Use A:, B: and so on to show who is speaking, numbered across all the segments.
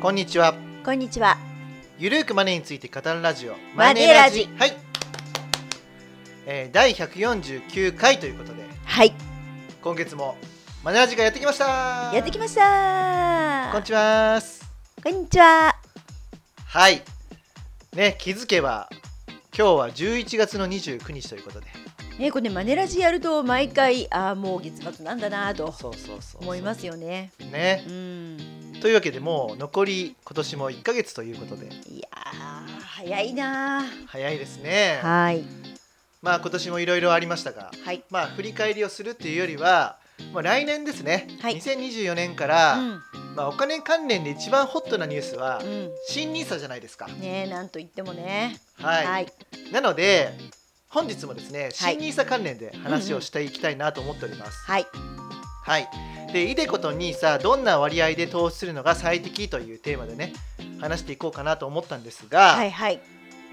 A: こんにちは。
B: こんにちは。
A: ゆるーくマネーについて語るラジオ。
B: マネラジ
A: はい。えー、第149回ということで、
B: はい、
A: 今月もマネラジがやってきました。
B: やってき
A: ま
B: ました
A: こんにちは。
B: こんにちは。
A: はい。ね、気づけば、今日は11月の29日ということで。
B: ね、これねマネラジやると毎回ああもう月末なんだなと
A: そうそうそう
B: 思いますよね。
A: ね
B: う。ん。
A: というわけでもう残り今年も1ヶ月ということで、
B: いやー早いな
A: 早いですね。
B: ー。はい
A: まあ今年もいろいろありましたが、
B: はい。
A: まあ、振り返りをするっていうよりは、まあ、来年ですね、
B: はい
A: 2024年か
B: う
A: ら、
B: ん
A: まあ、お金関連で一番ホットなニュースは、
B: う
A: 新ニーサじゃないですか、
B: ん。ねなんと言ってもね。
A: はい
B: はい。
A: なので本日もですね新ニーサ関連で話をしていきたいなと思っております、
B: はい。
A: はいでイデコとニーサどんな割合で投資するのが最適というテーマでね話していこうかなと思ったんですが、
B: はいはい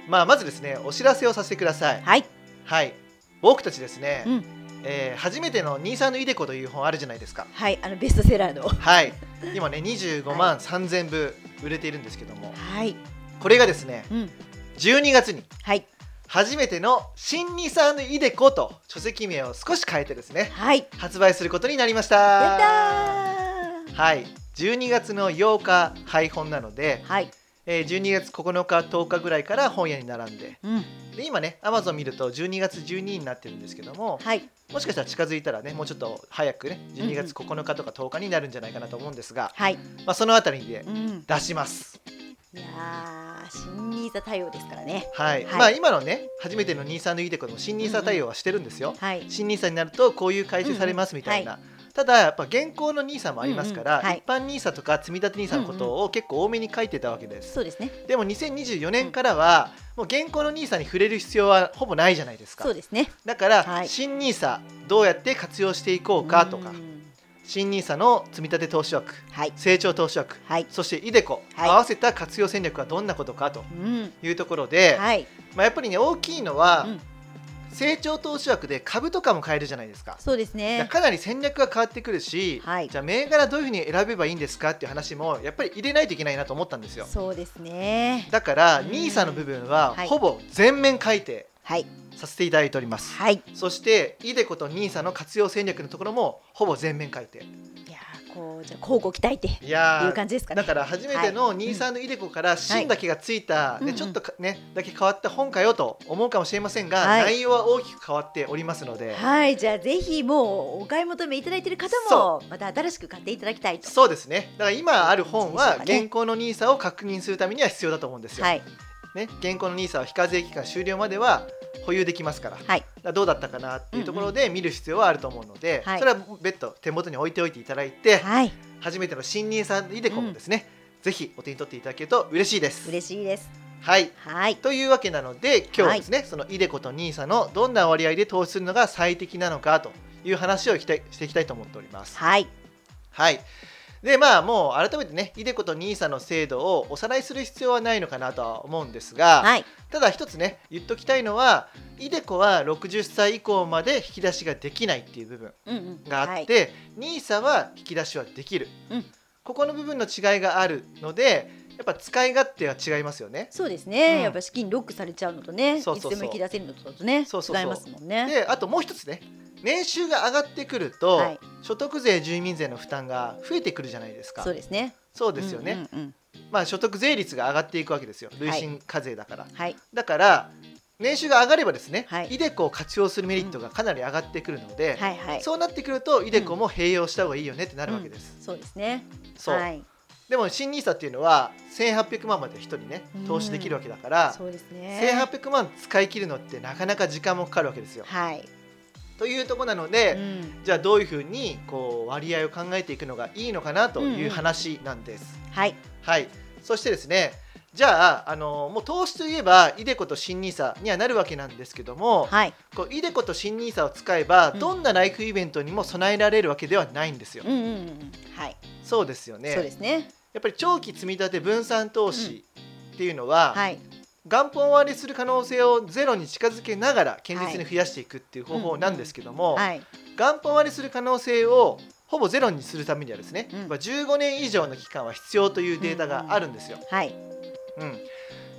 A: まあ、まずですねお知らせをさせてください
B: はい。
A: はい僕たちですね、
B: うん
A: えー初めてのニーサのイデコという本あるじゃないですか
B: はいあのベストセラーの。
A: はい、今ね25万3000部売れているんですけども、
B: はい。
A: これがですね
B: うん。
A: 12月に
B: はい
A: 初めての「新ニサのイデコ」と書籍名を少し変えてですね
B: はい。や
A: 発売することになりました
B: ったー。
A: はい12月の8日配本なので、
B: はい。
A: えー12月9日10日ぐらいから本屋に並んで
B: うん。
A: で今ね Amazon 見ると12月12になってるんですけども
B: はい
A: もしかしたら近づいたらねもうちょっと早くね12月9日とか10日になるんじゃないかなと思うんですが、
B: はい。
A: まあ、そのあたりで
B: うん。
A: 出します
B: いやー新ニーザ対応ですからね。
A: はい、
B: はい
A: まあ今のね初めての23のいいでこでも新 NISA 対応はしてるんですよ、
B: はい。
A: 新 NISA になるとこういう改正されますみたいな、ただやっぱ現行の NISA もありますから、
B: うんうんはい
A: 一般 NISA とか積み立て NISA のことを結構多めに書いてたわけです、
B: そうですね。
A: でも2024年からはもう現行の NISA に触れる必要はほぼないじゃないですか
B: そうですね。
A: だから、
B: はい
A: 新 NISA どうやって活用していこうかとか、
B: うん
A: 新 NISA の積み立て投資枠
B: はい。
A: 成長投資枠
B: はい。
A: そしてイデコ、
B: はい
A: 合わせた活用戦略はどんなことかと
B: うん。
A: いうところで、
B: はい。
A: まあ、やっぱりね大きいのは、
B: うん
A: 成長投資枠で株とかも買えるじゃないですか。
B: そうです
A: だから
B: ね。
A: かなり戦略が変わってくるし、
B: はい
A: じゃあ銘柄どういうふうに選べばいいんですかっていう話もやっぱり入れないといけないなと思ったんですよ
B: そうですね。
A: だから
B: うん
A: NISA の部分は
B: はい
A: ほぼ全面改定
B: はい。
A: させていただいております、
B: はい。
A: そしてイデコと NISA の活用戦略のところもほぼ全面改定
B: いやー、こう、じゃあ、交互期待って。い
A: いやー
B: う感じですかね。
A: だから初めての23のイデコから芯だけがついた、
B: いうんう
A: ね、
B: ん
A: ちょっとかねだけ変わった本かよと思うかもしれませんが、
B: はい
A: 内容は大きく変わっておりますので、
B: はい、じゃあ、ぜひ、もう、お買い求めいただいている方も、また新しく買っていただきたいと。
A: そうですねだから今ある本は
B: そうですね
A: 現行の NISA を確認するためには必要だと思うんですよ、
B: はい。
A: ね、現行の NISA は非課税期間終了までは保有できますからだか
B: はい。
A: らどうだったかなっていうところで見る必要はあると思うので、
B: はい
A: それは別途手元に置いておいていただいて、
B: はい。
A: 初めての新 NISA のイデコもですね、ぜひお手に取っていただけると嬉しいです。
B: 嬉しいです。
A: はい
B: はい。
A: というわけなので今日はですね、そのイデコとニーサのどんな割合で投資するのが最適なのかという話をきたいしていきたいと思っております。
B: はい。
A: はいでまあ、もう改めてね、イデコとニーサの制度をおさらいする必要はないのかなとは思うんですが、
B: はい。
A: ただ一つね、言っときたいのは、イデコは60歳以降まで引き出しができないっていう部分
B: うんうん。
A: があ
B: は
A: っ
B: い。
A: て、ニーサは引き出しはできる、
B: うん
A: ここの部分の違いがあるので、やっぱ使い勝手は違いますよね。
B: そうです
A: うん
B: ね。やっぱ資金ロックされちゃうのとね、いつ
A: そうそうそう
B: でも引き出せるのとね、
A: そうそうそう
B: 違いますもんね。
A: であともう一つね年収が上がってくると、
B: はい。
A: 所得税住民税の負担が増えてくるじゃないですか
B: そうですね。
A: そうですよね、
B: うんうん
A: まあ所得税率が上がっていくわけですよ累進課税だから、
B: うん。はい。
A: だから年収が上がればですね、
B: はい
A: イデコを活用するメリットがかなり上がってくるので、
B: はいはい。
A: そうなってくるとイデコも併用した方がいいよねってなるわけです、
B: そうですね。
A: そう、
B: はい。
A: でも新ニーサっていうのは1800万まで一人ね投資できるわけだから、
B: そうですね。
A: 1800万使い切るのってなかなか時間もかかるわけですよ、
B: はい。
A: というとこなので、
B: うん
A: じゃあどういうふうにこう割合を考えていくのがいいのかなという話なんです。
B: はい。
A: はい、そしてですねじゃあ、あのもう投資といえばイデコと新ニーサにはなるわけなんですけども、
B: はい。
A: こうイデコと新ニーサを使えば
B: うん
A: どんなライフイベントにも備えられるわけではないんですよ。
B: うんうんうんうん。はい。
A: そうですよね
B: そうですね。
A: やっぱり長期積み立て分散投資っていうのは、
B: はい。
A: 元本割れする可能性をゼロに近づけながら堅実に増やしていくっていう方法なんですけども、
B: はい。
A: 元本割れする可能性をほぼゼロにするためにはですね、
B: うん
A: まあ15年以上の期間は必要というデータがあるんですよ。
B: はい。
A: うん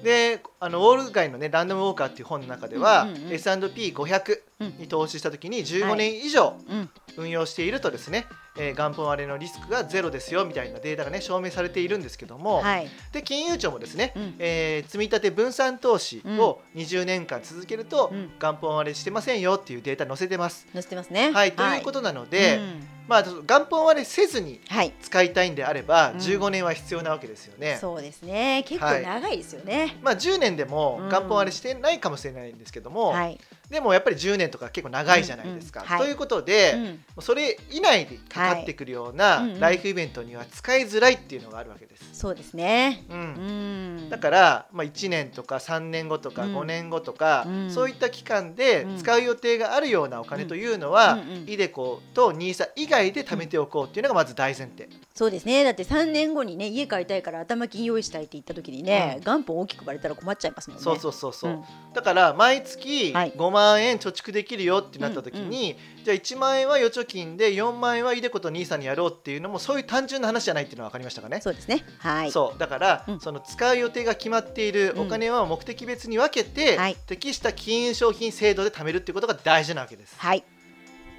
A: であのウォール街の、ね「ランダムウォーカー」っていう本の中では、
B: うんうんうん
A: S&P500
B: うん
A: に投資した時に15年以上
B: うん。
A: 運用しているとですね、えー元本割れのリスクがゼロですよみたいなデータが、ね、証明されているんですけども、
B: はい。
A: で金融庁もですね、
B: うん
A: えー積立分散投資を20年間続けると、
B: うん
A: 元本割れしてませんよっていうデータ載せてます。
B: 載せてますね。
A: はい、ということなの
B: と
A: で、
B: うん
A: まあ、元本割れせずに
B: はい。
A: 使いたいんであれば
B: うん
A: 15年は必要なわけですよね。
B: そうですね。結構長いですよね。
A: まあ、10年でも
B: うん
A: 元本割れしてないかもしれないんですけども、
B: はい。
A: でもやっぱり10年とか結構長いじゃないですか。
B: うんうんはい
A: ということで、
B: うん
A: もうそれ以内でかかってくるような
B: はい
A: ライフイベントには使いづらいっていうのがあるわけです。
B: そうですね。
A: う
B: うんん。
A: だから、まあ、1年とか3年後とか
B: うん
A: 5年後とか、
B: うん
A: そういった期間で
B: うん
A: 使う予定があるようなお金というのは、
B: うんうんうん
A: イデコと NISA 以外で貯めておこうっていうのがまず大前提。
B: そうですね。だって三年後にね家買いたいから頭金用意したいって言った時にね、
A: うん
B: 元本大きく割れたら困っちゃいますもんね。
A: そうそうそうそう、
B: うん
A: だから毎月
B: はい
A: 5万円貯蓄できるよってなった時に、じゃあ1万円は預貯金で4万円はイデコと兄さんにやろうっていうのもそういう単純な話じゃないっていうのは分かりましたかね。
B: そうですね。はい。
A: そうだから、
B: うん
A: その使う予定が決まっているお金は目的別に分けて、
B: はい
A: 適した金融商品制度で貯めるっていうことが大事なわけです。
B: はい。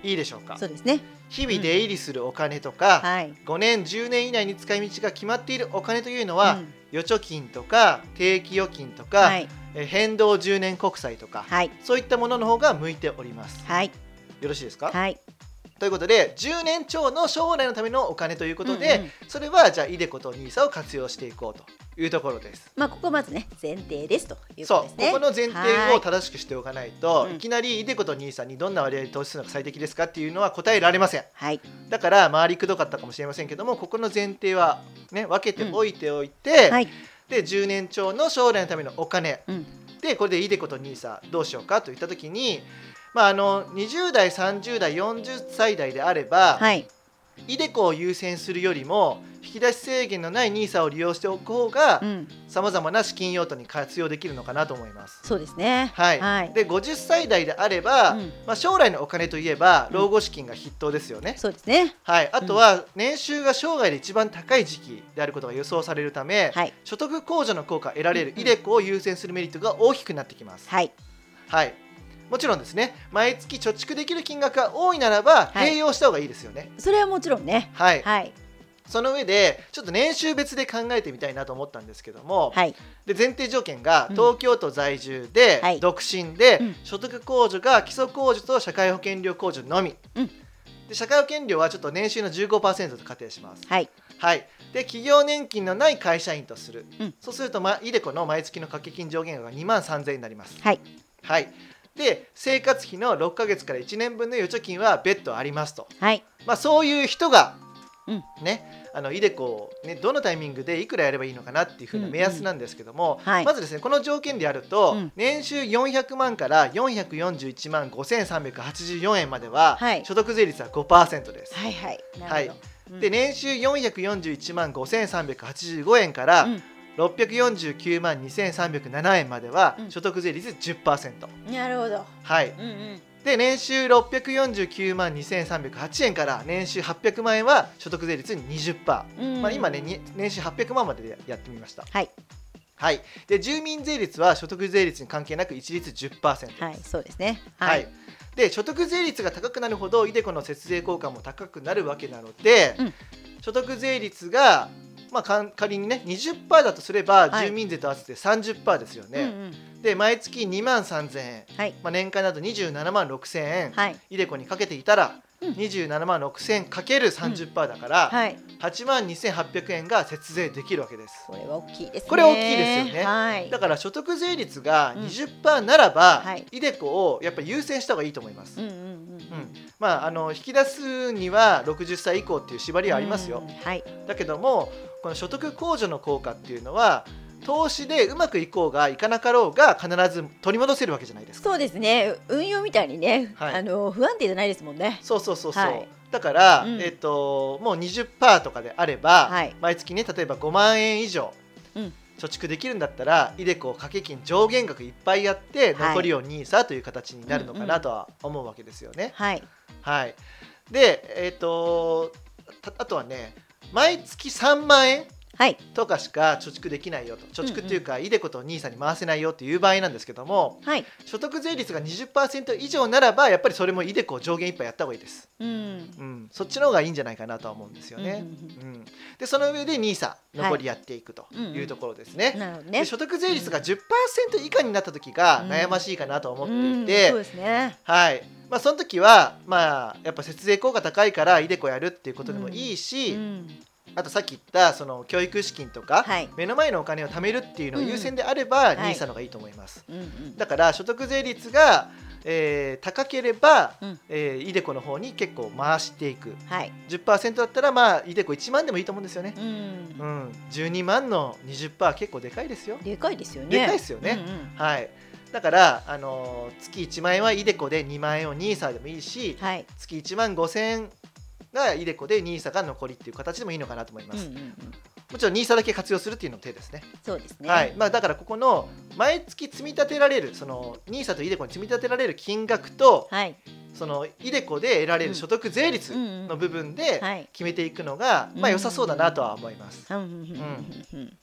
A: いいでしょうか
B: そうですね。
A: 日々出入りするお金とか、
B: はい。
A: 5年10年以内に使い道が決まっているお金というのは、
B: うん
A: 預貯金とか定期預金とか、
B: はい。
A: えー変動10年国債とか、
B: はい。
A: そういったものの方が向いております。
B: はい。
A: よろしいですか、
B: はい。
A: ということで10年超の将来のためのお金ということで、
B: うんうん
A: それはじゃあイデコと NISA を活用していこうというところです。
B: まあここまずね前提ですというこ
A: そ
B: とで
A: うこ
B: すね。
A: この前提を正しくしておかないと
B: はい
A: いきなりイデコと NISA にどんな割合で投資するのが最適ですかっていうのは答えられません
B: はい。
A: だから回りくどかったかもしれませんけどもここの前提は、ね、分けておいておいて、
B: はい。
A: で10年超の将来のためのお金、
B: うん。
A: でこれでいいでこと NISA どうしようかといった時に、まあ、あの20代30代40歳代であれば、
B: はい。
A: い、でこを優先するよりも引き出し制限のない NISA を利用しておく方が
B: うん。
A: さまざまな資金用途に活用できるのかなと思います。
B: そうですね。
A: はい
B: はい。
A: で50歳代であれば、
B: うん
A: まあ、将来のお金といえば老後資金が筆頭ですよね、
B: そうですね。
A: はい、あとは年収が生涯で一番高い時期であることが予想されるため、
B: はい。
A: 所得控除の効果を得られるイデコを優先するメリットが大きくなってきます。
B: はい。
A: はい。もちろんですね、毎月貯蓄できる金額が多いならば、
B: はい
A: 併用した方がいいですよね。
B: それはもちろんね。
A: はい。
B: はい。
A: その上で、ちょっと年収別で考えてみたいなと思ったんですけども、
B: はい。
A: で前提条件が
B: うん
A: 東京都在住で、
B: はい
A: 独身で、
B: うん
A: 所得控除が基礎控除と社会保険料控除のみ。
B: うん
A: で社会保険料はちょっと年収の15%と仮定します。
B: はい。
A: はい、で企業年金のない会社員とする、
B: うん
A: そうすると、ま、イデコの毎月の掛け金上限額が2万3000円になります。
B: はい、
A: はい、で生活費の6ヶ月から1年分の預貯金は別途ありますと、
B: はい。
A: まあ、そういう人が、
B: うん
A: ね、あのイデコを、ね、どのタイミングでいくらやればいいのかなっていうふうな目安なんですけども、
B: うんうんはい
A: まずですねこの条件でやると、
B: うん
A: 年収400万から441万5384円までは、
B: はい
A: 所得税率は5%です。
B: はい。はい。な
A: は
B: る
A: い
B: ほど。
A: で年収441万5385円から
B: うん
A: 649万2307円までは
B: うん
A: 所得税率10%、
B: うん。なるほど。
A: はい
B: うんうん。
A: で年収649万2308円から年収800万円は所得税率20%、
B: うん
A: まあ、今ねに年収800万までやってみました
B: はい
A: はいで住民税率は所得税率に関係なく一律10%です
B: はいそうですね
A: は
B: はいい、
A: で所得税率が高くなるほどイデコの節税効果も高くなるわけなので、
B: うん
A: 所得税率が、まあ、かん仮にね20%だとすれば
B: はい
A: 住民税と合わせて30%ですよ
B: うんう
A: ね、
B: ん
A: で毎月2万3000円、
B: はい
A: まあ、年間だと27万6000円、
B: はい
A: イデコにかけていたら、
B: うん
A: 27万6000円かける30%だから、
B: はい
A: 8万2800円が節税できるわけです
B: これは大きいですね
A: これ大きいですよね
B: はい
A: だから所得税率が20%ならば、
B: うんはい
A: イデコをやっぱり優先した方がいいと思います
B: う、んうんうん
A: うんまあ、あの引き出すには60歳以降っていう縛りはありますよ
B: うん、はい
A: だけどもこの所得控除の効果っていうのは投資でうまくいこうがいかなかろうが必ず取り戻せるわけじゃないですか
B: そうですね運用みたいにね
A: はい
B: あの不安定じゃないですもんね
A: そうそうそうそう、
B: はい
A: だから、
B: うん
A: えっともう20%とかであれば、
B: はい
A: 毎月ね例えば5万円以上
B: うん
A: 貯蓄できるんだったら、イデコ掛け金上限額いっぱいやって
B: はい
A: 残りを NISA という形になるのかなとは思うわけですよね。
B: はい
A: はい、で、えっとたあとはね毎月3万円
B: はい
A: とかしか貯蓄できないよと貯蓄っていうか、イデコと NISA に回せないよっていう場合なんですけども
B: はい
A: 所得税率が20%以上ならばやっぱりそれもイデコを上限いっぱいやった方がいいです、
B: うん
A: うん、そっちの方がいいんじゃないかなとは思うんですよね、うん、でその上で NISA 残りやっていくと
B: うんうん
A: いうところですね。
B: なるほど
A: で
B: ね
A: 所得税率が10%以下になった時が
B: うん
A: 悩ましいかなと思ってい
B: うん
A: て、
B: そうですね
A: はいまあ、その時は、まあ、やっぱ節税効果高いからイデコやるっていうことでもいいうし、
B: ん
A: あとさっき言ったその教育資金とか、
B: はい
A: 目の前のお金を貯めるっていうのを優先であれ
B: う
A: ば
B: んはい
A: NISA の方がいいと思います。
B: うんうん
A: だから所得税率が、えー高ければ、
B: うん
A: えーイデコの方に結構回していく
B: はい
A: 10%だったらまあイデコ1万でもいいと思うんですよね。
B: うん
A: うん、12万の20%結構でかいですよ。
B: でかいですよね
A: でかいですよね
B: うんうん
A: はい、だから、あのー月1万円はイデコで2万円をニーサでもいいし
B: はい
A: 月1万5千円がイデコでニーサが残りっていう形でもいいのかなと思いま
B: うんう
A: す、
B: んうん
A: もちろんニーサだけ活用するっていうのも手ですね
B: そうですね
A: はいまあ、だからここの毎月積み立てられるそのニーサとイデコに積み立てられる金額と
B: はい
A: そのイデコで得られる所得税率
B: うんうん
A: の部分で
B: はい
A: 決めていくのが、まあ、良さそうだなとは思います
B: うんうんうんうん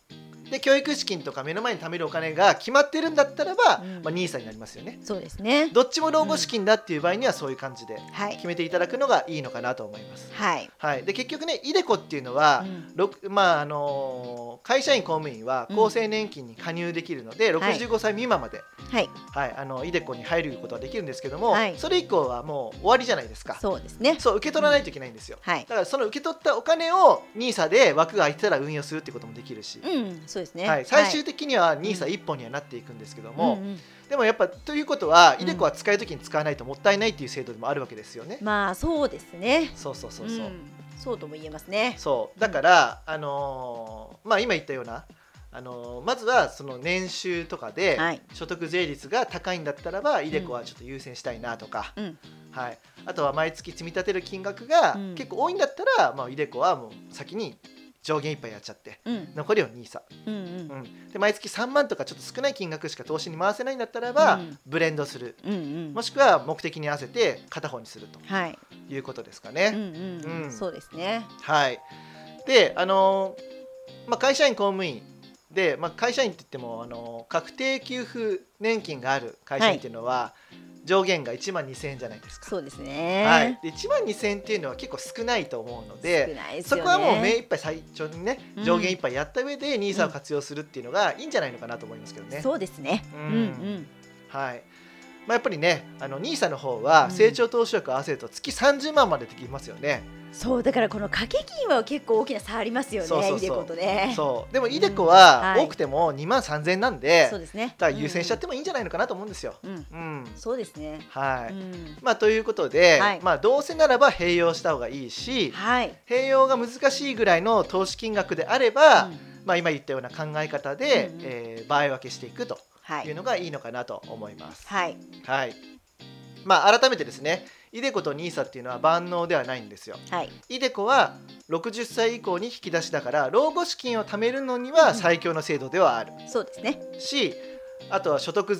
A: で教育資金とか目の前に貯めるお金が決まってるんだったらば、
B: うん
A: まあ、NISA になりますよね
B: そうですね
A: どっちも老後資金だっていう場合にはそういう感じで
B: はい
A: 決めていただくのがいいのかなと思います。
B: はい
A: はい、で結局ねイデコっていうのは、
B: うん
A: ろくまああのー会社員公務員は
B: うん
A: 厚生年金に加入できるので、
B: はい
A: 65歳未満まで、
B: はい
A: はい、あのイデコに入ることはできるんですけども、
B: はい
A: それ以降はもう終わりじゃないですか
B: そうですね
A: そう受け取らないといけないんですよ
B: はい
A: だからその受け取ったお金を NISA で枠が空いてたら運用するってこともできるし、
B: うんそうですね
A: はい、最終
B: 的
A: 的には NISA1 本にはなっていくんですけども、でもやっぱということは
B: うん
A: イデコは使うときに使わないともったいないっていう制度でもあるわけですよね。
B: まあそうですね
A: そうそうそうそう。
B: んそうとも言えますね
A: そうだから、あのーまあ今言ったような、あのーまずはその年収とかで
B: はい
A: 所得税率が高いんだったらば、イデコはちょっと優先したいなとか、
B: うん
A: はい、あとは毎月積み立てる金額が
B: うん
A: 結構多いんだったら、まあ、イデコはもう先に上限いっぱいやっちゃって
B: うん
A: 残りを NISA、
B: うんう
A: うんん、で毎月3万とかちょっと少ない金額しか投資に回せないんだったらば、
B: うん
A: ブレンドする
B: うんうん
A: もしくは目的に合わせて片方にすると
B: はい
A: いうことですか
B: う
A: ね。
B: んうん
A: うん
B: そうですね
A: はい、で、あのーまあ、会社員公務員で、まあ、会社員って言っても、あのー確定給付年金がある会社員っていうのは、上限が1万2000円じゃないですか。
B: そうですね
A: はい、で1万2000円っていうのは結構少ないと思うので。
B: 少ないです
A: そ
B: よね
A: こはもう目いっぱい最長にね
B: うん
A: 上限いっぱいやった上で NISA を活用するっていうのがいいんじゃないのかなと思いますけどね。
B: そうですね
A: う
B: うんんうん
A: はいまあ、やっぱりねあの NISA の方は成長投資額合わせると月30万までできますよね。
B: そうだからこの掛け金は結構大きな差ありますよ
A: そうそうそう
B: ねイデコとね
A: そうでもイデコ
B: うん
A: は
B: はい
A: 多くても2万3000なんで、
B: そうですね
A: だから優先しちゃってもいいんじゃないのかなと思うんですよ。
B: うんうん
A: うん、
B: そうですね
A: はい、
B: うん
A: まあ、ということで、
B: はい
A: まあ、どうせならば併用した方がいいし
B: はい
A: 併用が難しいぐらいの投資金額であれば、
B: うん
A: まあ、今言ったような考え方で、
B: うんうん
A: えー倍分けしていくと
B: はいいう
A: のがいいのかなと思います。
B: はい
A: はいまあ、改めてですねイデコと NISA っていうのは万能ではないんですよ。
B: はい
A: イデコは60歳以降に引き出しだから老後資金を貯めるのには最強の制度ではある
B: そうですね
A: しあとは所得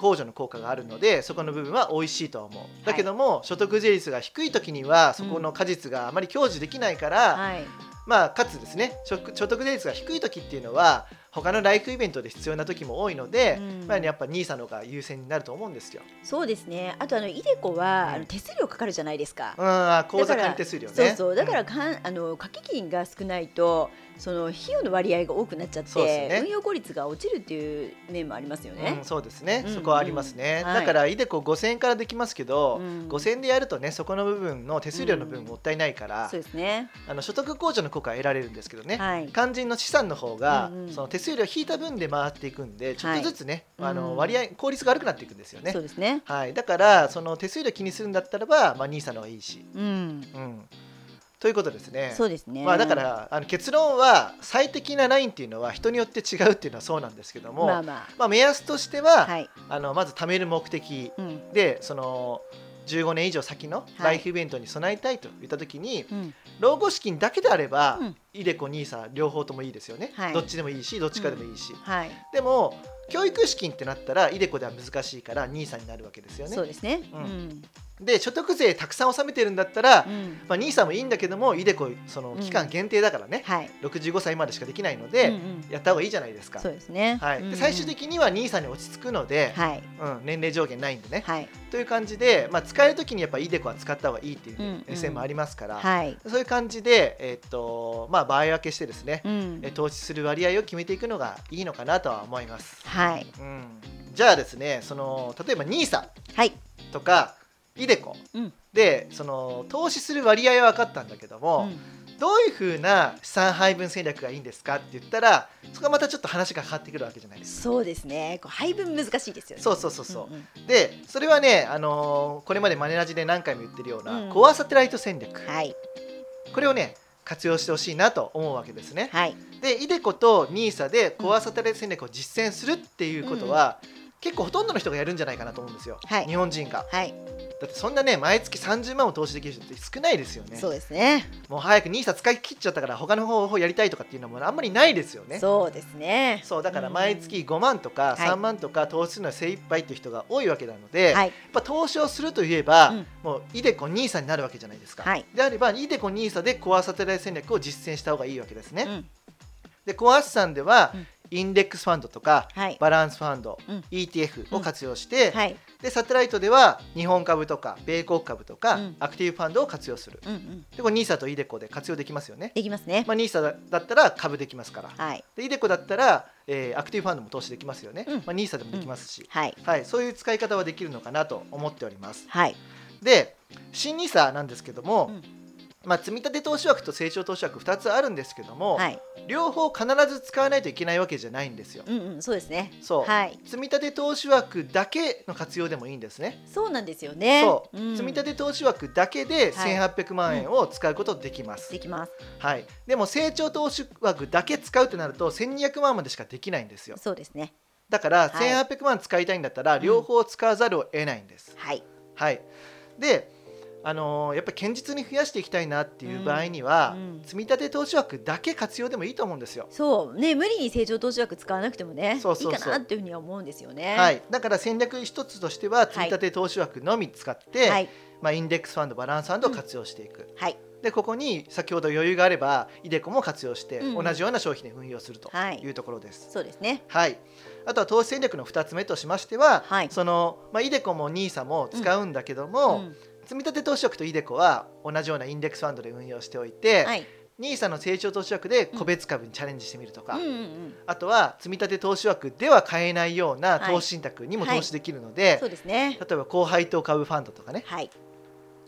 A: 控除の効果があるのでそこの部分は美味しいとは思うだけども、所得税率が低い時にはそこの果実があまり享受できないから、
B: はい
A: まあかつですね所得所得税率が低い時っていうのは他のライフイベントで必要な時も多いので、
B: うん
A: まあね、やっぱ NISA の方が優先になると思うんですよ。
B: そうですねあとあのイデコは
A: うん
B: あの手数料かかるじゃないですか
A: うんあー口座借り手数料ね
B: そうそうだか
A: う
B: ら
A: ん
B: かんあの掛け金が少ないとその費用の割合が多くなっちゃっ
A: そうです
B: て、
A: ね
B: 運用効率が落ちるっていう面もありますよね
A: うん、。そうですね、
B: うん
A: そこはありますね、
B: はい
A: だからイデコ5000円からできますけど、
B: うん
A: 5000円でやるとねそこの部分の手数料の分
B: うん
A: もったいないから、
B: そうですね。
A: あの所得控除の効果は得られるんですけどね、
B: はい。
A: 肝心の資産の方が、
B: うんうん
A: その手数料を引いた分で回っていくんでちょっとずつね、
B: はい
A: あ
B: うん
A: の割合効率が悪くなっていくんですよね
B: そう、ですね。
A: はい、だからその手数料気にするんだったらば、まあ、NISA の方がいいし、
B: う
A: う
B: ん。
A: ん、ということですね
B: そうですね。
A: まあ、だか。らあの結論は最適なラインっていうのは人によって違うっていうのはそうなんですけども、
B: まあま
A: まあ、目安としては、
B: あ。はい。
A: あのまず貯める目的
B: うん。
A: でその15年以上先の
B: はい
A: ライフイベントに備えたいといった時に、
B: うん。
A: 老後資金だけであれば、
B: うん
A: イデコニーサ両方ともいいですよね、
B: はい
A: どっちでもいいしどっちかでもいいし、
B: はい。
A: でも教育資金ってなったらイデコでは難しいからニーサになるわけですよね
B: そうですね。
A: う
B: うんん。
A: で所得税たくさん納めてるんだったら、
B: うん
A: まあ、NISA もいいんだけどもイデコその
B: うん
A: 期間限定だからね、
B: はい。
A: 65歳までしかできないの
B: うん
A: で、
B: うん
A: やった方がいいじゃないですか
B: そうですね。
A: はい、
B: うんう
A: で
B: ん
A: 最終的には NISA に落ち着くので、
B: はい
A: うん、年齢上限ないんでね、
B: はい
A: という感じで、まあ、使える時にやっぱイデコは使った方がいいっていう
B: うん
A: ね
B: うん
A: 目線もありますから、
B: はい。
A: そういう感じで、えっとまあ、場合分けしてですね、
B: うん
A: え投資する割合を決めていくのがいいのかなとは思います、
B: はい
A: うん、じゃあですねその例えば NISA
B: はい。
A: とかイデコ
B: うん
A: でその投資する割合は分かったんだけども、
B: う
A: どういうふうな資産配分戦略がいいんですかって言ったらそこはまたちょっと話が変わってくるわけじゃない
B: ん
A: ですか。
B: そうですね。こう配分難しいですよね。
A: そうそうそうそう、
B: んん
A: でそれはね、あのーこれまでマネラジで何回も言ってるような、
B: うん
A: コアサテライト戦略、
B: はい
A: これをね活用してほしいなと思うわけですね。
B: はい。
A: でイデコと NISA でコアサテライト戦略を実践するっていうことは、結構ほとんどの人がやるんじゃないかなと思うんですよ、
B: はい
A: 日本人が。
B: はい、
A: だってそんなね毎月30万を投資できる人って少ないですよね。
B: そうですね。
A: もう早く NISA 使い切っちゃったから他の方法やりたいとかっていうのもあんまりないですよね。
B: そうですね。
A: そうだから
B: うん
A: 毎月5万とか
B: はい
A: 3万とか投資するのは精一杯っていう人が多いわけなので、やっ
B: はい、
A: ぱ投資をするといえば、
B: うん
A: もうイデコ NISA になるわけじゃないですか、
B: はい
A: であればイデコ NISA でコアサテライト戦略を実践した方がいいわけですね、
B: うん、
A: でコア資産では
B: うん
A: インデックスファンドとか
B: はい、
A: バランスファンド、
B: うん
A: ETF を活用して、
B: はい、
A: でサテライトでは日本株とか米国株とか、
B: うん
A: アクティブファンドを活用する
B: うん、うん、
A: でこれ NISA とイデコで活用できますよね、
B: できますね。
A: まあ、NISA だだったら株できますから、
B: はい、
A: でイデコだったら、えーアクティブファンドも投資できますよね、
B: うん
A: まあ、NISA でもできますし、
B: はい、
A: はい、そういう使い方はできるのかなと思っております
B: はい、
A: で新 NISA なんですけども、
B: うん
A: まあ、積立投資枠と成長投資枠2つあるんですけども、
B: はい、
A: 両方必ず使わないといけないわけじゃないんですよ、
B: うん、うん、そうですね。
A: そう、
B: はい、
A: 積立投資枠だけの活用でもいいんですね、
B: そうなんですよね。
A: そう、
B: ん
A: 積立投資枠だけで1800万円を使うことできます、
B: できます。
A: はい、でも成長投資枠だけ使うってなると1200万までしかできないんですよ
B: そうですね。
A: だから
B: はい
A: 1800万使いたいんだったら
B: ん
A: 両方使わざるを得ないんです、
B: はい、
A: はいであのーやっぱり堅実に増やしていきたいなっていう場合には、
B: うんうん
A: 積み立て投資枠だけ活用でもいいと思うんですよ、
B: そうね、無理に成長投資枠使わなくてもね、
A: そうそうそう
B: いいかなっていうふうには思うんですよね。
A: はい、だから戦略一つとしては積み立て投資枠のみ使って、
B: はい、
A: まあ、インデックスファンドバランスファンドを活用していく、
B: はい、
A: でここに先ほど余裕があればイデコも活用して
B: うん
A: 同じような商品で運用すると
B: はい
A: いうところです、
B: そうですね。
A: はい、あとは投資戦略の2つ目としましては、
B: はい
A: そのまあ、イデコも NISA も使うんだけども、
B: うん
A: 積立投資枠とイデコは同じようなインデックスファンドで運用しておいて、
B: はい、
A: NISA の成長投資枠で個別株にチャレンジしてみるとか、
B: うん、うん、うん、
A: あとは積立投資枠では買えないような
B: はい
A: 投資信託にも
B: はい
A: 投資できるので、
B: そうですね。
A: 例えば高配当株ファンドとかね
B: はい、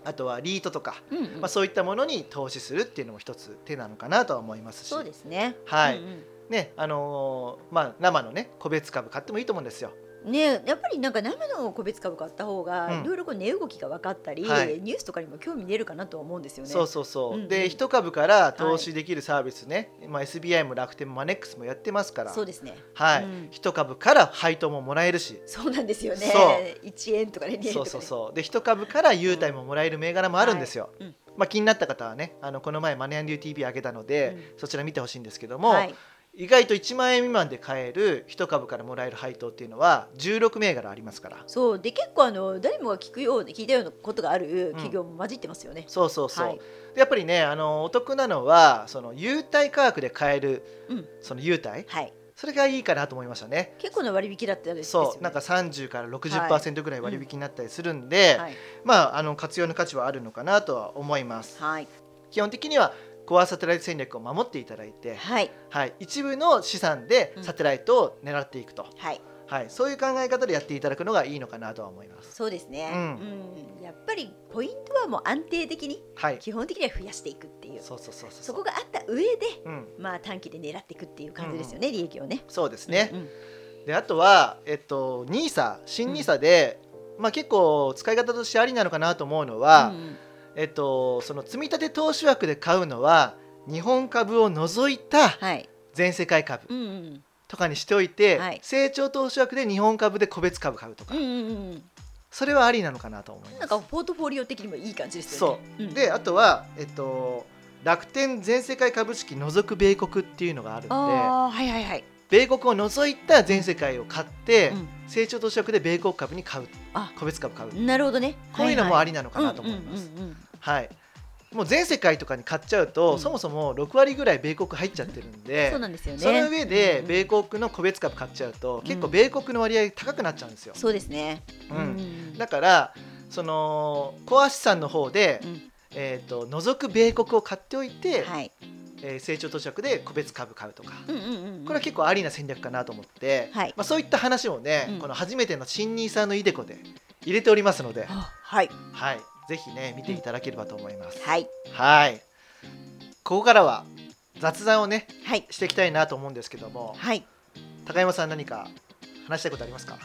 A: あとはリートとか、
B: うん、うん
A: まあ、そういったものに投資するっていうのも一つ手なのかなとは思いますし
B: そうですね。
A: はい
B: うん
A: ねあのーまあ、生のね個別株買ってもいいと思うんですよ。
B: うんね、やっぱりなんか生の個別株買った方
A: う
B: が
A: ん
B: いろいろこう値動きが分かったり、
A: はい
B: ニュースとかにも興味出るかなとは思うんですよね。
A: そうそうそう、
B: うんうん
A: で1株から投資できるサービスね、まあ、SBI も楽天もマネックスもやってますから
B: そうですね。
A: はい
B: うん
A: 1株から配当ももらえるし
B: そうなんですよね
A: そ。
B: 一円とかね、2円
A: そう
B: とか、ね。
A: そうそうで1株から優待ももらえる銘柄もあるんですよ、
B: はいうん
A: まあ、気になった方はねあのこの前マネアンデュー TV 上げたので、そちら見てほしいんですけども、
B: はい、
A: 意外と1万円未満で買える1株からもらえる配当っていうのは16銘柄ありますから
B: そうで結構あの誰もが聞くような聞いたようなことがある企業も混じってますよね。
A: そうそうそう、
B: はい
A: でやっぱりねあのお得なのはその優待価格で買える、
B: うん
A: その優待
B: はい。
A: それがいいかなと思いましたね
B: 結構な割引だったんですよ、ね。
A: そうなんか30から
B: は
A: 60%ぐらい割引になったりするんで、
B: はい
A: まああの活用の価値はあるのかなとは思います
B: はい
A: 基本的にはコアサテライト戦略を守っていただいて、
B: はい
A: はい、一部の資産で
B: うん
A: サテライトを狙っていくと、
B: はい
A: はい、そういう考え方でやっていただくのがいいのかなとは思います。
B: そうですね。
A: う
B: うんん、やっぱりポイントはもう安定的に
A: はい、
B: 基本的には増やしていくっていう。
A: そうそうそうそう
B: そこがあった上で
A: うん、
B: まあ短期で狙っていくっていう感じですよね、利益をね。
A: そうですね、
B: うんうん
A: であとは、えっと、NISA 新 NISA で、まあ、結構使い方としてありなのかなと思うのは、
B: うんうん
A: えっと、その積立投資枠で買うのは日本株を除いた
B: はい。
A: 全世界株
B: うんうん
A: とかにしておいて、
B: はい
A: 成長投資枠で日本株で個別株買うとか、
B: うんうんうん。
A: それはありなのかなと思い
B: なん
A: ま
B: か
A: す。
B: ポートフォリオ的にもいい感じですよね。うん
A: であとは、えっと、楽天全世界株式除く米国っていうのがあるんで
B: ああはいはいはい。
A: 米国を除いた全世界を買って、
B: うん
A: 成長投資枠で米国株に買う
B: あ
A: 個別株買う、
B: なるほどね。
A: こういうのもあ
B: り
A: りなのかなと思います。
B: うんうんうんうん
A: はいもう全世界とかに買っちゃうと、
B: うん
A: そもそも6割ぐらい米国入っちゃってるんで
B: そうなんですよね。
A: その上で
B: うんうん
A: 米国の個別株買っちゃうと、
B: ん
A: 結構米国の割合高くなっちゃうんですよ、
B: そうですね。
A: うん
B: ん
A: だからそのコア資産の方で、
B: うん
A: えー、と除く米国を買っておいて、
B: はい。
A: えー成長投資枠で個別株買うとか、
B: うんうんうんうん。
A: これは結構ありな戦略かなと思って、
B: はい
A: まあ、そういった話もね、
B: うん
A: この初めての新ニーサのイデコで入れておりますので、
B: あはい
A: はい、ぜひね見ていただければと思います。
B: はい
A: はいここからは雑談をね
B: はい
A: していきたいなと思うんですけども
B: はい。
A: 高山さん何か話したいことありますか、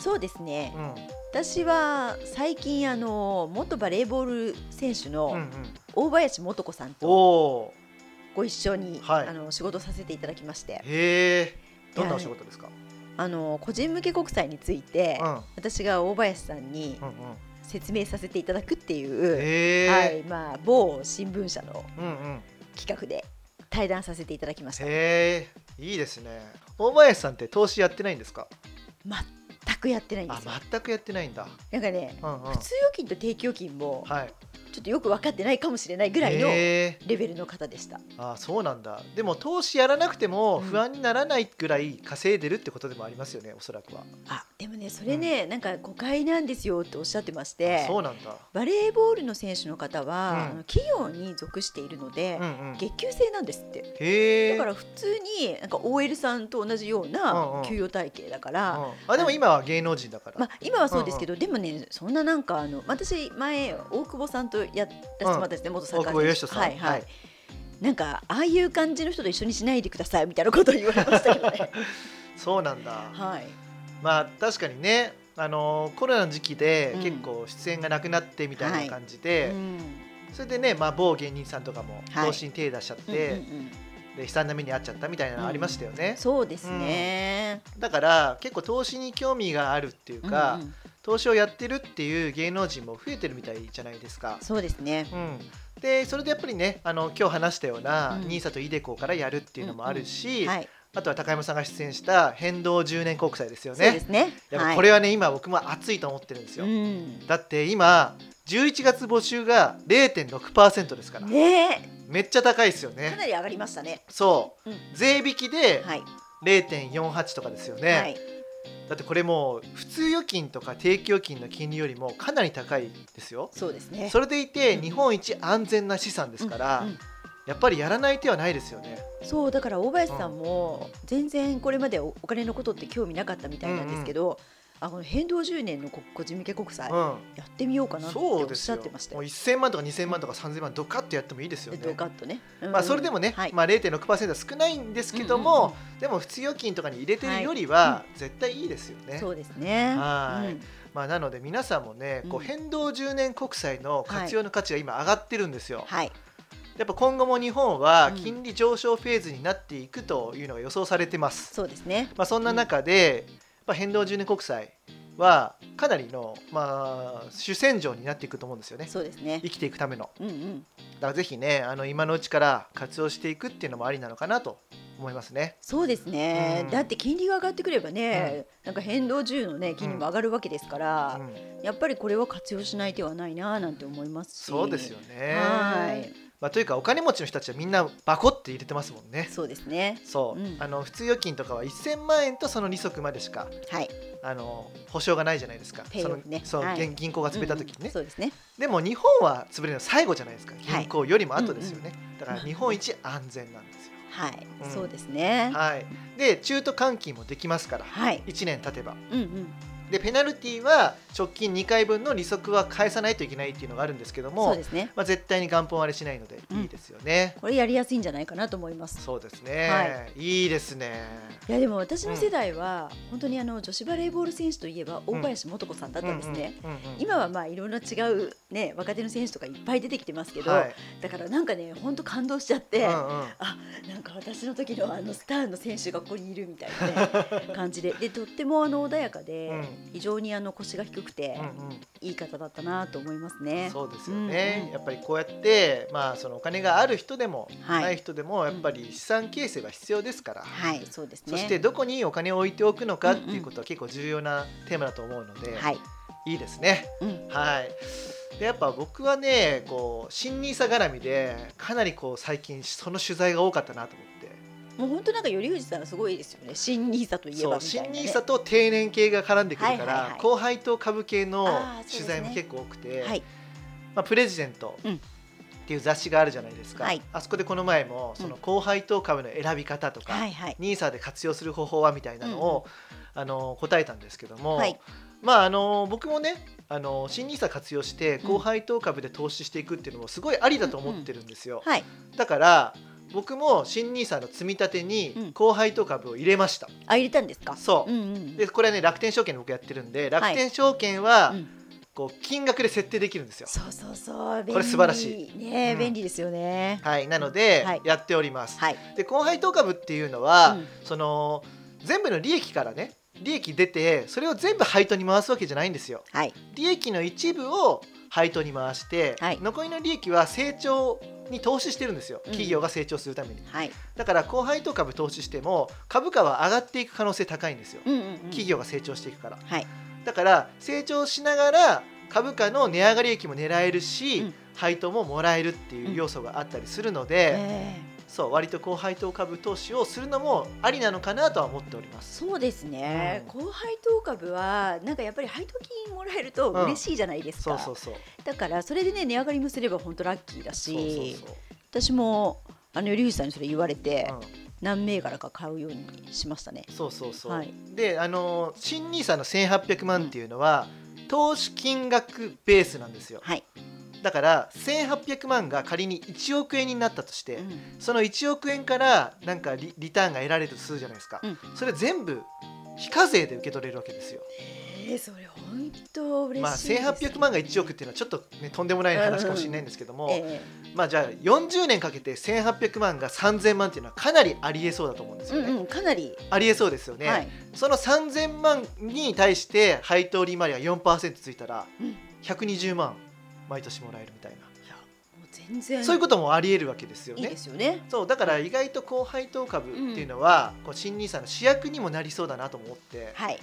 B: そうですね
A: う。ん
B: 私は最近あの元バレーボール選
A: う
B: 手
A: んう
B: の
A: ん、
B: 大林素子さんと
A: おー
B: ご一緒に、
A: はい
B: あの仕事させていただきまして、
A: へえどんなお仕事ですか、
B: あの個人向け国債について、
A: うん
B: 私が大林さんに
A: うんうん、
B: 説明させていただくっていう、
A: へえ、
B: はいまあ某新聞社の
A: うんうん、
B: 企画で対談させていただきました。
A: へえいいですね大林さんって投資やってないんですか
B: 全くやってないんで
A: あ
B: すよ。
A: 全くやってないんだ、
B: なんかね。
A: うんうん
B: 普、通預金と定期預金も
A: はい
B: ちょっとよく分かってないかもしれないぐらいのレ
A: へえ
B: ベルの方でした。
A: あそうなんだでも投資やらなくても
B: うん
A: 不安にならないぐらい稼いでるってことでもありますよねおそらくは、
B: あでもねそれね、なんか誤解なんですよっておっしゃってまして
A: あそうなんだ
B: バレーボールの選手の方は、
A: うん
B: あの企業に属しているので、
A: うんうん
B: 月給制なんですって。
A: へえ
B: だから普通になんか OL さんと同じよう
A: うんう
B: なん給与体系だから、
A: うんあでも今は芸能人だから、
B: まあ、今はそうですけど、でもねそんななんかあの私前大久保さんとやらせてもらったんですね、元サッ
A: 大
B: カ
A: 久保
B: ー
A: 嘉
B: 選
A: 人
B: 手
A: さん
B: はいはい、なんかああいう感じの人と一緒にしないでくださいみたいなことを言われましたけ どね
A: そうなんだ、
B: はい
A: まあ確かにねあのーコロナの時期で
B: うん
A: 結構出演がなくなってみたいな感じ
B: う
A: で、
B: ん
A: それでね、まあ、某芸人さんとかも
B: はい
A: 投資に手出しちゃって、
B: うんうんうん
A: で悲惨な目に遭っちゃったみたいなのありましたよね、
B: そうですね、
A: だから結構投資に興味があるっていうか、
B: うんうん
A: 投資をやってるっていう芸能人も増えてるみたいじゃないですか。
B: そうですね
A: うん、でそれでやっぱりねあの今日話したような
B: うん
A: NISA、と iDeCo からやるっていうのもあるし、
B: はい、
A: あとは高山さんが出演した変動10年国債ですよ
B: そうで
A: ね。
B: すね
A: やっ
B: は
A: ぱ
B: い
A: これはね、今僕も熱いと思ってるんですよ。
B: うん
A: だって今11月募集が0.6%ですから、
B: ね
A: めっちゃ高いですよ
B: えか
A: ね。
B: なり上がりましたね
A: そう、
B: うん
A: 税引きで
B: はい、
A: 0.48とかですよね、
B: はい
A: だってこれもう普通預金とか定期預金の金利よりもかなり高いですよ。
B: そうですね
A: それでいて
B: うん
A: 日本一安全な資産ですから、
B: うんうん
A: やっぱりやらない手はないですよね。
B: そうだから大林さんも全然これまでおお金のことって興味なかったみたいなんですけど、あこの変動10年のこ個人向け国債、
A: う
B: や
A: ん、
B: ってみようかなって
A: そ
B: お
A: う
B: っ
A: で
B: し
A: す
B: ゃ
A: よ。
B: ってました
A: も
B: よ
A: う。1000万とか2000万とか3000万ドカッとやってもいいですよ
B: で
A: ね。
B: ドカッとね、うん
A: まあそれでもね、
B: はい
A: まあ0.6%は少ないんですけども、でも普通預金とかに入れてるより
B: は
A: は絶対いいですよね。
B: そうですね。
A: はい
B: うん
A: まあなので皆さんもね、こう
B: うん
A: 変動10年国債の活用の価値が今上がってるんですよ。
B: はい、
A: やっぱ今後も日本は金利上昇フェーズになっていくというのが予想されてます。
B: そうですね。
A: まあ、そんな中で、まあ、変動10年国債はかなりの、まあ、主戦場になっていくと思うんですよね
B: そうですね
A: 生。きていくための
B: うんうん、
A: だからぜひねあの今のうちから活用していくっていうのもありなのかなと思いますね
B: そうですね、
A: うん
B: だって金利が上がってくればね、なんか変動10のね金利も上がるわけですか
A: う
B: ら、
A: ん、
B: やっぱりこれは活用しない手はないななんて思いますし。
A: そうですよ。ね、
B: はい、
A: まあ、というかお金持ちの人たちはみんなバコって入れてますもんね
B: そうですね。
A: そう、
B: うん
A: あの普通預金とかは1000万円とその利息までしか
B: はい、
A: あの保証がないじゃないですか、
B: ペイ
A: そ
B: オ
A: の
B: フね
A: そう、
B: はい
A: 銀銀行が潰れた時にね、
B: うんうんそうですね。
A: でも日本は潰れるの最後じゃないですか
B: はい
A: 銀行よりも後ですよね、だから日本一安全なんですよ
B: はい、
A: うん
B: そうですね。
A: はいで中途換金もできますから
B: はい、
A: 1年経てば
B: うんうん、
A: でペナルティは直近2回分の利息は返さないといけないっていうのがあるんですけど
B: そう
A: も、
B: ですね。
A: まあ、絶対に元本割れしないので
B: うん
A: いいですよね、
B: これやりやすいんじゃないかなと思います。
A: そうですね、、
B: はい
A: いですね
B: いやでも私の世代は本当にあの女子バレーボール選手といえば大林素子さんだったんですね。
A: うんうんうんうん
B: 今はまあいろんな違うね若手の選手とかいっぱい出てきてますけど、
A: はい
B: だからなんかね本当感動しちゃって、
A: うんうん
B: なんか私 の時のあのスターの選手がここにいるみたいなね、感じででとってもあの穏やかで、
A: うん
B: 非常にあの腰が低くて、
A: うん
B: いい方だったなと思います
A: う
B: ね
A: ん、。そうですよね、
B: うんうん
A: やっぱりこうやって、まあ、そのお金がある人でも、
B: はい
A: ない人でもやっぱり資産形成は必要ですから、
B: はい、そうですね。
A: そしてどこにお金を置いておくのかっていうことは結構重要なテーマだと思うので、
B: はい、
A: いいですね。
B: うん、
A: はい、でやっぱ僕はねこう新ニーサ絡みでかなりこう最近その取材が多かったなと思って
B: もう本当なんか頼藤さんすごいですよね。新ニーサといえ
A: そ
B: ば
A: う
B: みたい
A: 新
B: な、ね。
A: ニーサと定年系が絡んでくるから、
B: はいはいはい
A: 後輩と株系の
B: あーそうで
A: 取
B: すね
A: 材も結構多くて、
B: はい、
A: まあ、プレジデント
B: うん
A: っていう雑誌があるじゃないですか、
B: はい
A: あそこでこの前もその後輩と株の選び方とか、
B: はい、はい、
A: ニーサで活用する方法はみたいなのを、あの答えたんですけども、
B: はい
A: まああの僕もねあの新ニーサ活用して後輩当株で投資していくっていうのもすごいありだと思ってるんですよ、
B: はい、
A: だから僕も新ニーサの積み立て
B: う
A: に
B: ん
A: 後輩当株を入れました、
B: あ、入れたんですか。
A: そう、
B: ん、うん、
A: でこれはね楽天証券で僕やってるんで楽天証券は、
B: うん
A: こう金額で設定できるんですよ
B: そうそうそう。
A: これ素晴らし
B: い。ねえ、
A: うん
B: 便利ですよね。
A: はいなので、
B: はい
A: やっております、
B: はい。
A: で後輩当株っていうのは、
B: うん
A: その全部の利益からね利益出てそれを全部配当に回すわけじゃないんですよ
B: はい。
A: 利益の一部を配当に回して、
B: はい
A: 残りの利益は成長に投資してるんですよ
B: うん
A: 企業が成長するために、
B: はい。
A: だから後輩当株投資しても株価は上がっていく可能性高いんですよ、
B: うん、うん、うん。
A: 企業が成長していくから
B: はい。
A: だから成長しながら株価の値上がり益も狙えるし、
B: うん
A: 配当ももらえるっていう要素があったりするので、
B: ええ
A: そう割と高配当株投資をするのもありなのかなとは思っております。
B: そうですね、高配当株はなんかやっぱり配当金もらえると嬉しいじゃないですか、
A: そうそうそう。
B: だからそれでね値上がりもすれば本当ラッキーだし
A: そうそう
B: 私もあの頼藤さんにそれ言われて、
A: そう。
B: 何銘柄か買うようにしましたね
A: うん、そうそうそう。
B: はい
A: で、あのー新ニーサの1800万っていうのは、投資金額ベースなんですよ。
B: はい、
A: だから1800万が仮に1億円になったとして、
B: うん
A: その1億円からなんかリリターンが得られるとするじゃないですか。
B: うん
A: それ全部非課税で受け取れるわけですよ。
B: えー、それ本当嬉しい
A: まあ1800万が1億っていうのはちょっとねとんでもない話かもしれないんですけども。
B: え
A: まあじゃあ40年かけて1800万が3000万っていうのはかなりありえそうだと思うんで
B: え
A: すよね。
B: うんうんかなり、
A: ありえそうですよね、
B: はい、
A: その3000万に対して配当利回りが4%ついたら
B: うんい
A: 120万毎年もらえるみたいな、
B: やもう全然
A: そういうこともありえるわけですよ
B: いい
A: ね
B: で。すよね
A: そうだから意外と高配当株っていうのは、こう新ニーサの主役にもなりそうだなと思って、
B: はい、
A: っ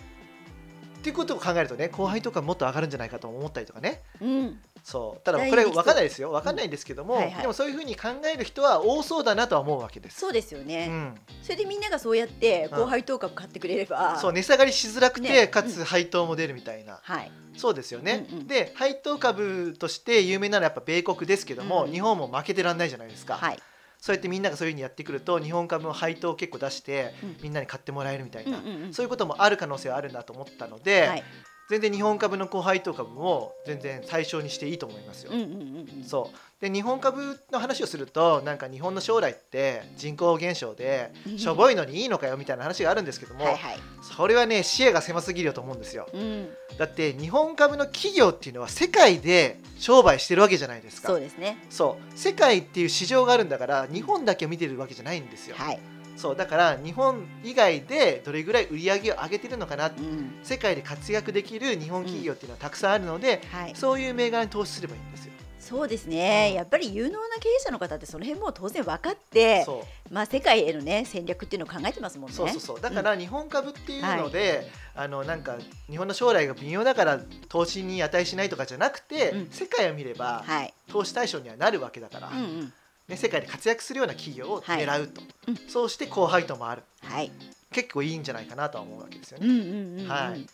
A: ていうことを考えるとね高配当株もっと上がるんじゃないかと思ったりとかね
B: うん、
A: そうただ
B: 大
A: これ
B: 激
A: 分
B: 増
A: かんないですよ分かんないんですけども、
B: うんはいはい
A: でもそういうふうに考える人は多そうだなとは思うわけです。
B: そうですよね、
A: うん
B: それでみんながそうやって後輩当株買ってくれれば、
A: そう値下がりしづらくて、
B: ね
A: かつ配当も出るみたいな、
B: はい
A: そうですよね、
B: うんうん
A: で配当株として有名なのはやっぱ米国ですけども、
B: うん
A: 日本も負けてらんないじゃないですか、
B: はい
A: そうやってみんながそういうふうにやってくると日本株も配当を結構出して、
B: うん
A: みんなに買ってもらえるみたいな、
B: うんうんうん
A: そういうこともある可能性はあるなと思ったので、
B: はい
A: 全然日本株の高配当株も全然対象にしていいと思いますよ。
B: うんうんうんうん
A: そうで日本株の話をするとなんか日本の将来って人口減少で
B: うん
A: しょぼいのにいいのかよみたいな話があるんですけども、
B: はいはい
A: それはね視野が狭すぎるよと思うんですよ
B: うん
A: だって日本株の企業っていうのは世界で商売してるわけじゃないですか
B: そうですね
A: そう世界っていう市場があるんだから日本だけを見てるわけじゃないんですよ、
B: はい、
A: そうだから日本以外でどれぐらい売り上げを上げてるのかな、
B: うん、
A: 世界で活躍できる日本企業っていうのはたくさんあるので、
B: はい
A: そういう銘柄に投資すればいいんですよ、
B: そうですね、
A: うん
B: やっぱり有能な経営者の方ってその辺もう当然分かって、
A: そう
B: まあ、世界への、ね、戦略っていうのを考えてますもんね。
A: そうそうそうだから日本株っていうので、あのなんか日本の将来が微妙だから投資に値しないとかじゃなくて、
B: うん
A: 世界を見れば、
B: はい、
A: 投資対象にはなるわけだから、
B: うんうん
A: ね、世界で活躍するような企業を狙うと、
B: うん
A: そうして高配当もある
B: はい、
A: 結構いいんじゃないかなとは思うわけですよ
B: う
A: ね。
B: んうんうんうん、
A: はい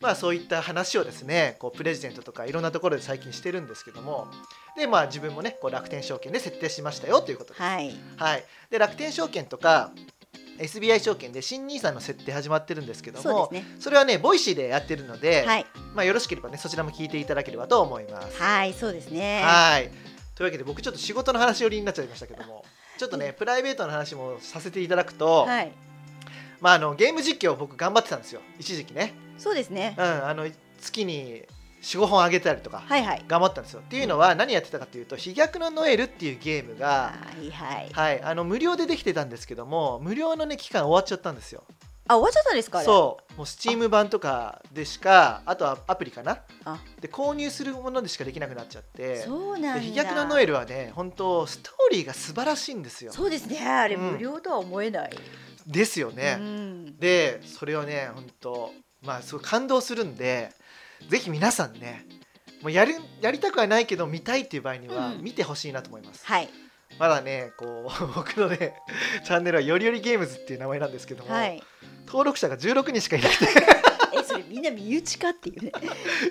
A: まあ、そういった話をですねこうプレジデントとかいろんなところで最近してるんですけどもで、まあ、自分もねこう楽天証券で設定しましたよということです。
B: はい、
A: はい、で楽天証券とか SBI 証券で新 NISA の設定始まってるんですけど
B: そ
A: も
B: うですね。
A: それはねボイシーでやってるので、
B: はい、
A: まあ、よろしければねそちらも聞いていただければと思います。
B: はい、そうですね。
A: はい。というわけで僕ちょっと仕事の話寄りになっちゃいましたけども、 ちょっとねプライベートの話もさせていただくと、
B: はい、
A: まああのゲーム実況を僕頑張ってたんですよ。一時期ね。
B: そうですね
A: う。ん、あの月に4、5本上げたりとか。
B: はいはい、
A: 頑張ったんですよっていうのは何やってたかというと「飛躍のノエル」っていうゲームが、
B: はいはい、
A: はい、あの無料でできてたんですけども無料の、ね、期間終わっちゃったんですよ
B: あ終わっちゃったんですかあれ
A: そうもうスチーム版とかでしかあとはアプリかな
B: あ
A: で購入するものでしかできなくなっちゃって
B: そう
A: で
B: なんだ
A: 飛躍のノエルはね本当ストーリーが素晴らしいんですよ
B: そうですねあれ
A: うん
B: 無料とは思えない、
A: ですよね、
B: うん
A: でそれをね本当まあすごい感動するんでぜひ皆さんねもうやるやりたくはないけど見たいっていう場合には
B: うん
A: 見てほしいなと思います、
B: はい
A: まだねこう 僕のねチャンネルはよりよりゲームズっていう名前なんですけども、
B: はい
A: 登録者が16人しかいなくて
B: えそれみんな身内かっ ていうね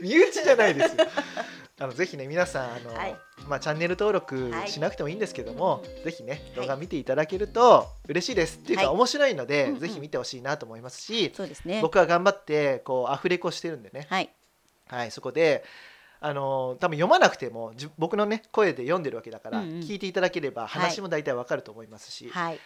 A: 身内じゃないですよ あのぜひね皆さんあの、
B: はい
A: まあ、チャンネル登録
B: はい
A: しなくてもいいんですけども、ぜひね
B: い
A: 動画見ていただけると嬉しいです、っていうか
B: はい
A: 面白いので、
B: うんうん
A: ぜひ見てほしいなと思いますし、
B: そうですね
A: 僕は頑張ってこうアフレコしてるんでね
B: はい
A: はい、そこで、あのー多分読まなくてもじ僕の、ね、声で読んでるわけだから、
B: うんうん
A: 聞いていただければ
B: い
A: 話も大体わかると思いますし、
B: はい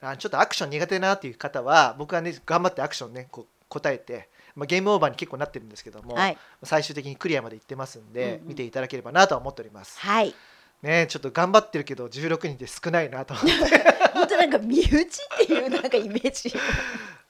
A: あちょっとアクション苦手なっていう方は僕は、ね、頑張ってアクションねこう答えて、まあ、ゲームオーバーに結構なってるんですけども、
B: はい
A: 最終的にクリアまで行ってますんで、
B: うんうん
A: 見ていただければなとは思っております。
B: はい
A: ね、ちょっと頑張ってるけど16人って少ないなと思って
B: 本当なんか身内っていうなんかイメージ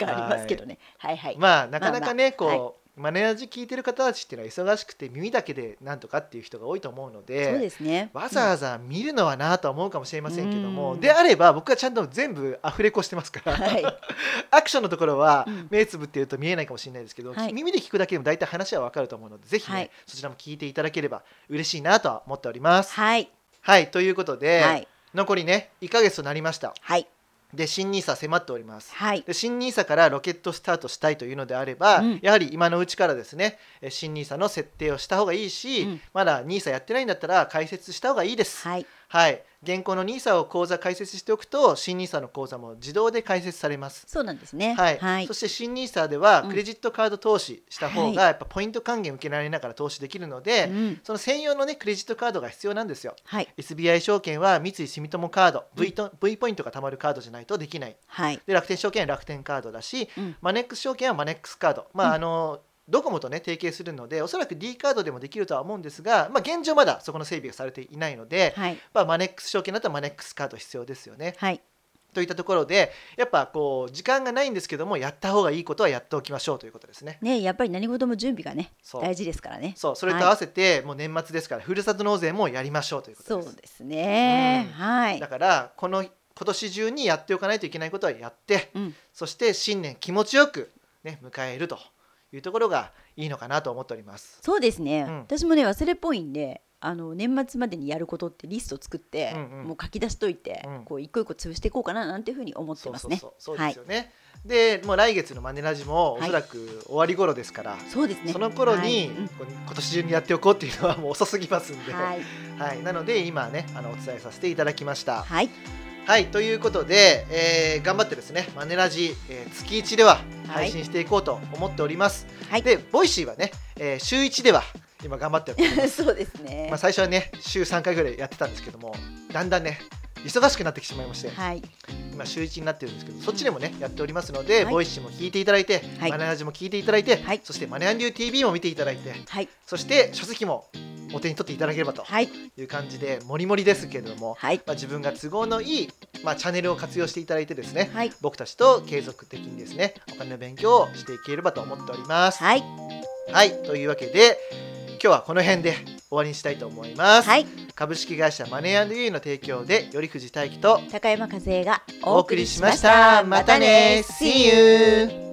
B: がありますけどねはいはい、
A: まあなかなかね、
B: まあまあ
A: こう、マネージ聞いてる方たちっていうのは忙しくて耳だけでなんとかっていう人が多いと思うの
B: そうですね
A: わざわざ見るのはなとは思うかもしれませんけども、
B: うん
A: であれば僕はちゃんと全部アフレコしてますから、
B: はい
A: アクションのところは
B: うん
A: 目つぶって言うと見えないかもしれないですけど、
B: はい
A: 耳で聞くだけでも大体話は分かると思うのでぜひ、ね
B: はい
A: そちらも聞いていただければ嬉しいなとは思っております。
B: はい
A: はいということで、
B: はい
A: 残りね1ヶ月となりました
B: はい
A: で新ニーサ迫っております。
B: はい
A: で新ニーサからロケットスタートしたいというのであれば、
B: うん
A: やはり今のうちからですねえ新ニーサの設定をした方がいいし、
B: うん
A: まだニーサやってないんだったら解説した方がいいです。
B: はい
A: はい、現行の NISA を口座開設しておくと新 NISA の口座も自動で開設されます。
B: そうなんですね
A: はい
B: はい
A: そして新 NISA では
B: うん
A: クレジットカード投資した方がやっぱポイント還元受けられながら投資できるので、
B: うん
A: その専用の、ね、クレジットカードが必要なんですよ。
B: はい
A: SBI 証券は三井住友カード
B: うん
A: v, と v ポイントが貯まるカードじゃないとできない
B: はい
A: で楽天証券は楽天カードだし、
B: うん
A: マネックス証券はマネックスカード、まあ
B: うん
A: あのドコモと、ね、提携するのでおそらく D カードでもできるとは思うんですが、まあ、現状まだそこの整備がされていないので、
B: はい
A: まあ、マネックス証券だったらマネックスカード必要ですよね。
B: はい
A: といったところでやっぱこう時間がないんですけどもやった方がいいことはやっておきましょうということですね。
B: ねやっぱり何事も準備がね
A: そう
B: 大事ですからね
A: そうそれと合わせて、もう年末ですからふるさと納税もやりましょうということ
B: そ
A: です。
B: うですね
A: うん
B: はい
A: だからこの今年中にやっておかないといけないことはやって、
B: うん
A: そして新年気持ちよく、ね、迎えるというところがいいのかなと思っております。
B: そうですね、
A: うん
B: 私もね忘れっぽいんであの年末までにやることってリスト作って、
A: うんうん
B: もう書き出しといて、
A: うん
B: こう一個一個潰していこうかななんていうふうに思って
A: そう
B: ます
A: そう
B: ね。
A: そうそうですよね。でもう来月のマネラジもおそらく終わり頃ですから、
B: そうですね。
A: その頃
B: はい
A: に、
B: うん
A: こう今年中にやっておこうっていうのは もう遅すぎますんで、は
B: はいい、
A: なので今ねあのお伝えさせていただきました。
B: はい、
A: はいということで、えー頑張ってですねマネラジ、えー月1では配信していこうと思っております。
B: はい
A: でボイシーはね、えー週1では今頑張 ってやっております。
B: そうですね。
A: まあ、最初はね週3回ぐらいやってたんですけどもだんだんね忙しくなってきてしまいまして、
B: はい、
A: 今週1になってるんですけどそっちでもねやっておりますので、
B: はい
A: ボイシーも聞いていただいて、
B: はい
A: マネラジも聞いていただいて、
B: はい
A: そしてマネアンデュー TV も見ていただいて、
B: はい、
A: そして書籍もお手に取っていただければと
B: はい、
A: いう感じでもりもりですけれども、
B: はい、
A: まあ、自分が都合のいい、まあ、チャンネルを活用していただいてですね
B: はい、
A: 僕たちと継続的にですねお金の勉強をしていければと思っております。
B: はい、
A: はいというわけで今日はこの辺で終わりにしたいと思います。
B: はい、
A: 株式会社マネーユーの提供でより富士大輝と
B: 高山和恵が
A: お送りしました。またね !See you!